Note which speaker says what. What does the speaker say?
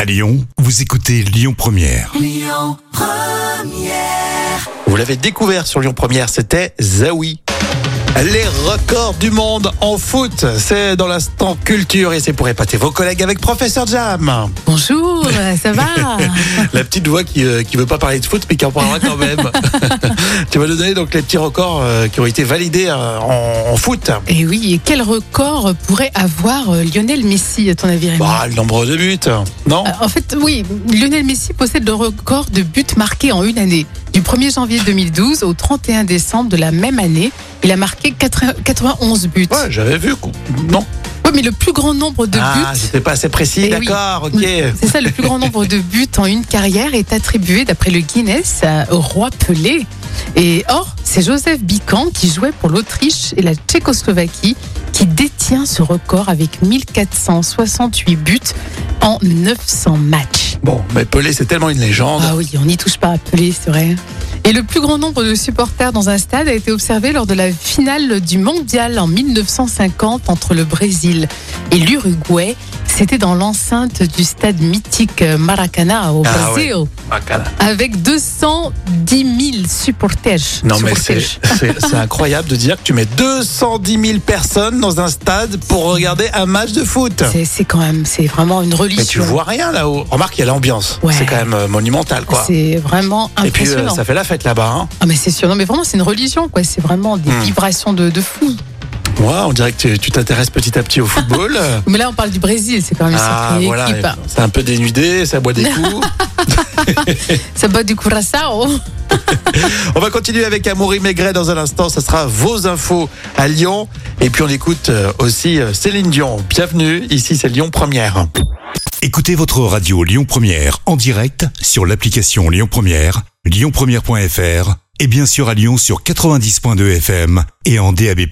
Speaker 1: À Lyon, vous écoutez Lyon Première.
Speaker 2: Vous l'avez découvert sur Lyon Première, c'était Zawi. Les records du monde en foot, c'est dans l'instant culture et c'est pour épater vos collègues avec Professeur Jam.
Speaker 3: Bonjour, ça va
Speaker 2: La petite voix qui ne veut pas parler de foot mais qui en parlera quand même. tu vas nous donner donc les petits records euh, qui ont été validés euh, en, en foot.
Speaker 3: Et Eh oui, et quel record pourrait avoir euh, Lionel Messi, à ton avis Rémi
Speaker 2: Bah, le nombre de buts, non
Speaker 3: Euh, En fait, oui, Lionel Messi possède le record de buts marqués en une année. Du 1er janvier 2012 au 31 décembre de la même année, il a marqué 80 91 buts.
Speaker 2: Ouais, j'avais vu. quoi. Non.
Speaker 3: Ouais, mais le plus grand nombre de
Speaker 2: Ah,
Speaker 3: buts,
Speaker 2: c'était pas assez précis,
Speaker 3: Eh oui.
Speaker 2: d'accord, ok.
Speaker 3: c'est ça, le plus grand nombre de buts en une carrière est attribué, d'après le Guinness, à- au roi Pelé. Et or, c'est Joseph Bican qui jouait pour l'Autriche et la Tchécoslovaquie qui détient ce record avec 1468 buts en 900 matchs.
Speaker 2: Bon, mais Pelé, c'est tellement une légende.
Speaker 3: Ah oui, on n'y touche pas à Pelé, c'est vrai. Et le plus grand nombre de supporters dans un stade a été observé lors de la finale du mondial en 1950 entre le Brésil et l'Uruguay. C'était dans l'enceinte du stade mythique Maracana au
Speaker 2: Ah
Speaker 3: Brésil,
Speaker 2: Bacala.
Speaker 3: avec 210 000 supporters.
Speaker 2: Non mais c'est
Speaker 3: Supporters.
Speaker 2: c'est- c'est incroyable de dire que tu mets 210 000 personnes dans un stade pour regarder un match de foot.
Speaker 3: c'est c'est quand même, c'est vraiment une religion.
Speaker 2: Mais tu vois rien là-haut. Remarque, il y a l'ambiance.
Speaker 3: Ouais.
Speaker 2: C'est quand même euh, monumental quoi.
Speaker 3: C'est vraiment
Speaker 2: Et puis euh,
Speaker 3: impressionnant.
Speaker 2: ça fait la fête là-bas. Hein.
Speaker 3: Ah mais c'est sûr, non mais vraiment c'est une religion quoi. C'est vraiment des
Speaker 2: Hmm.
Speaker 3: vibrations de, de fou.
Speaker 2: Ouais, on dirait que tu- tu t'intéresses petit à petit au football.
Speaker 3: Mais là on parle du Brésil, c'est quand même une
Speaker 2: ah
Speaker 3: sacrée
Speaker 2: voilà,
Speaker 3: équipe.
Speaker 2: c'est un peu dénudé, ça boit des coups.
Speaker 3: Ça bat du curaçao.
Speaker 2: on va continuer avec Amaury Maigret dans un instant. Ça sera vos infos à Lyon. Et puis on écoute euh, aussi euh, Céline Dion. Bienvenue. Ici c'est Lyon Première.
Speaker 1: Écoutez votre radio Lyon Première en direct sur l'application Lyon Première, lyonpremière.fr et bien sûr à Lyon sur 90.2 FM et en DAB+.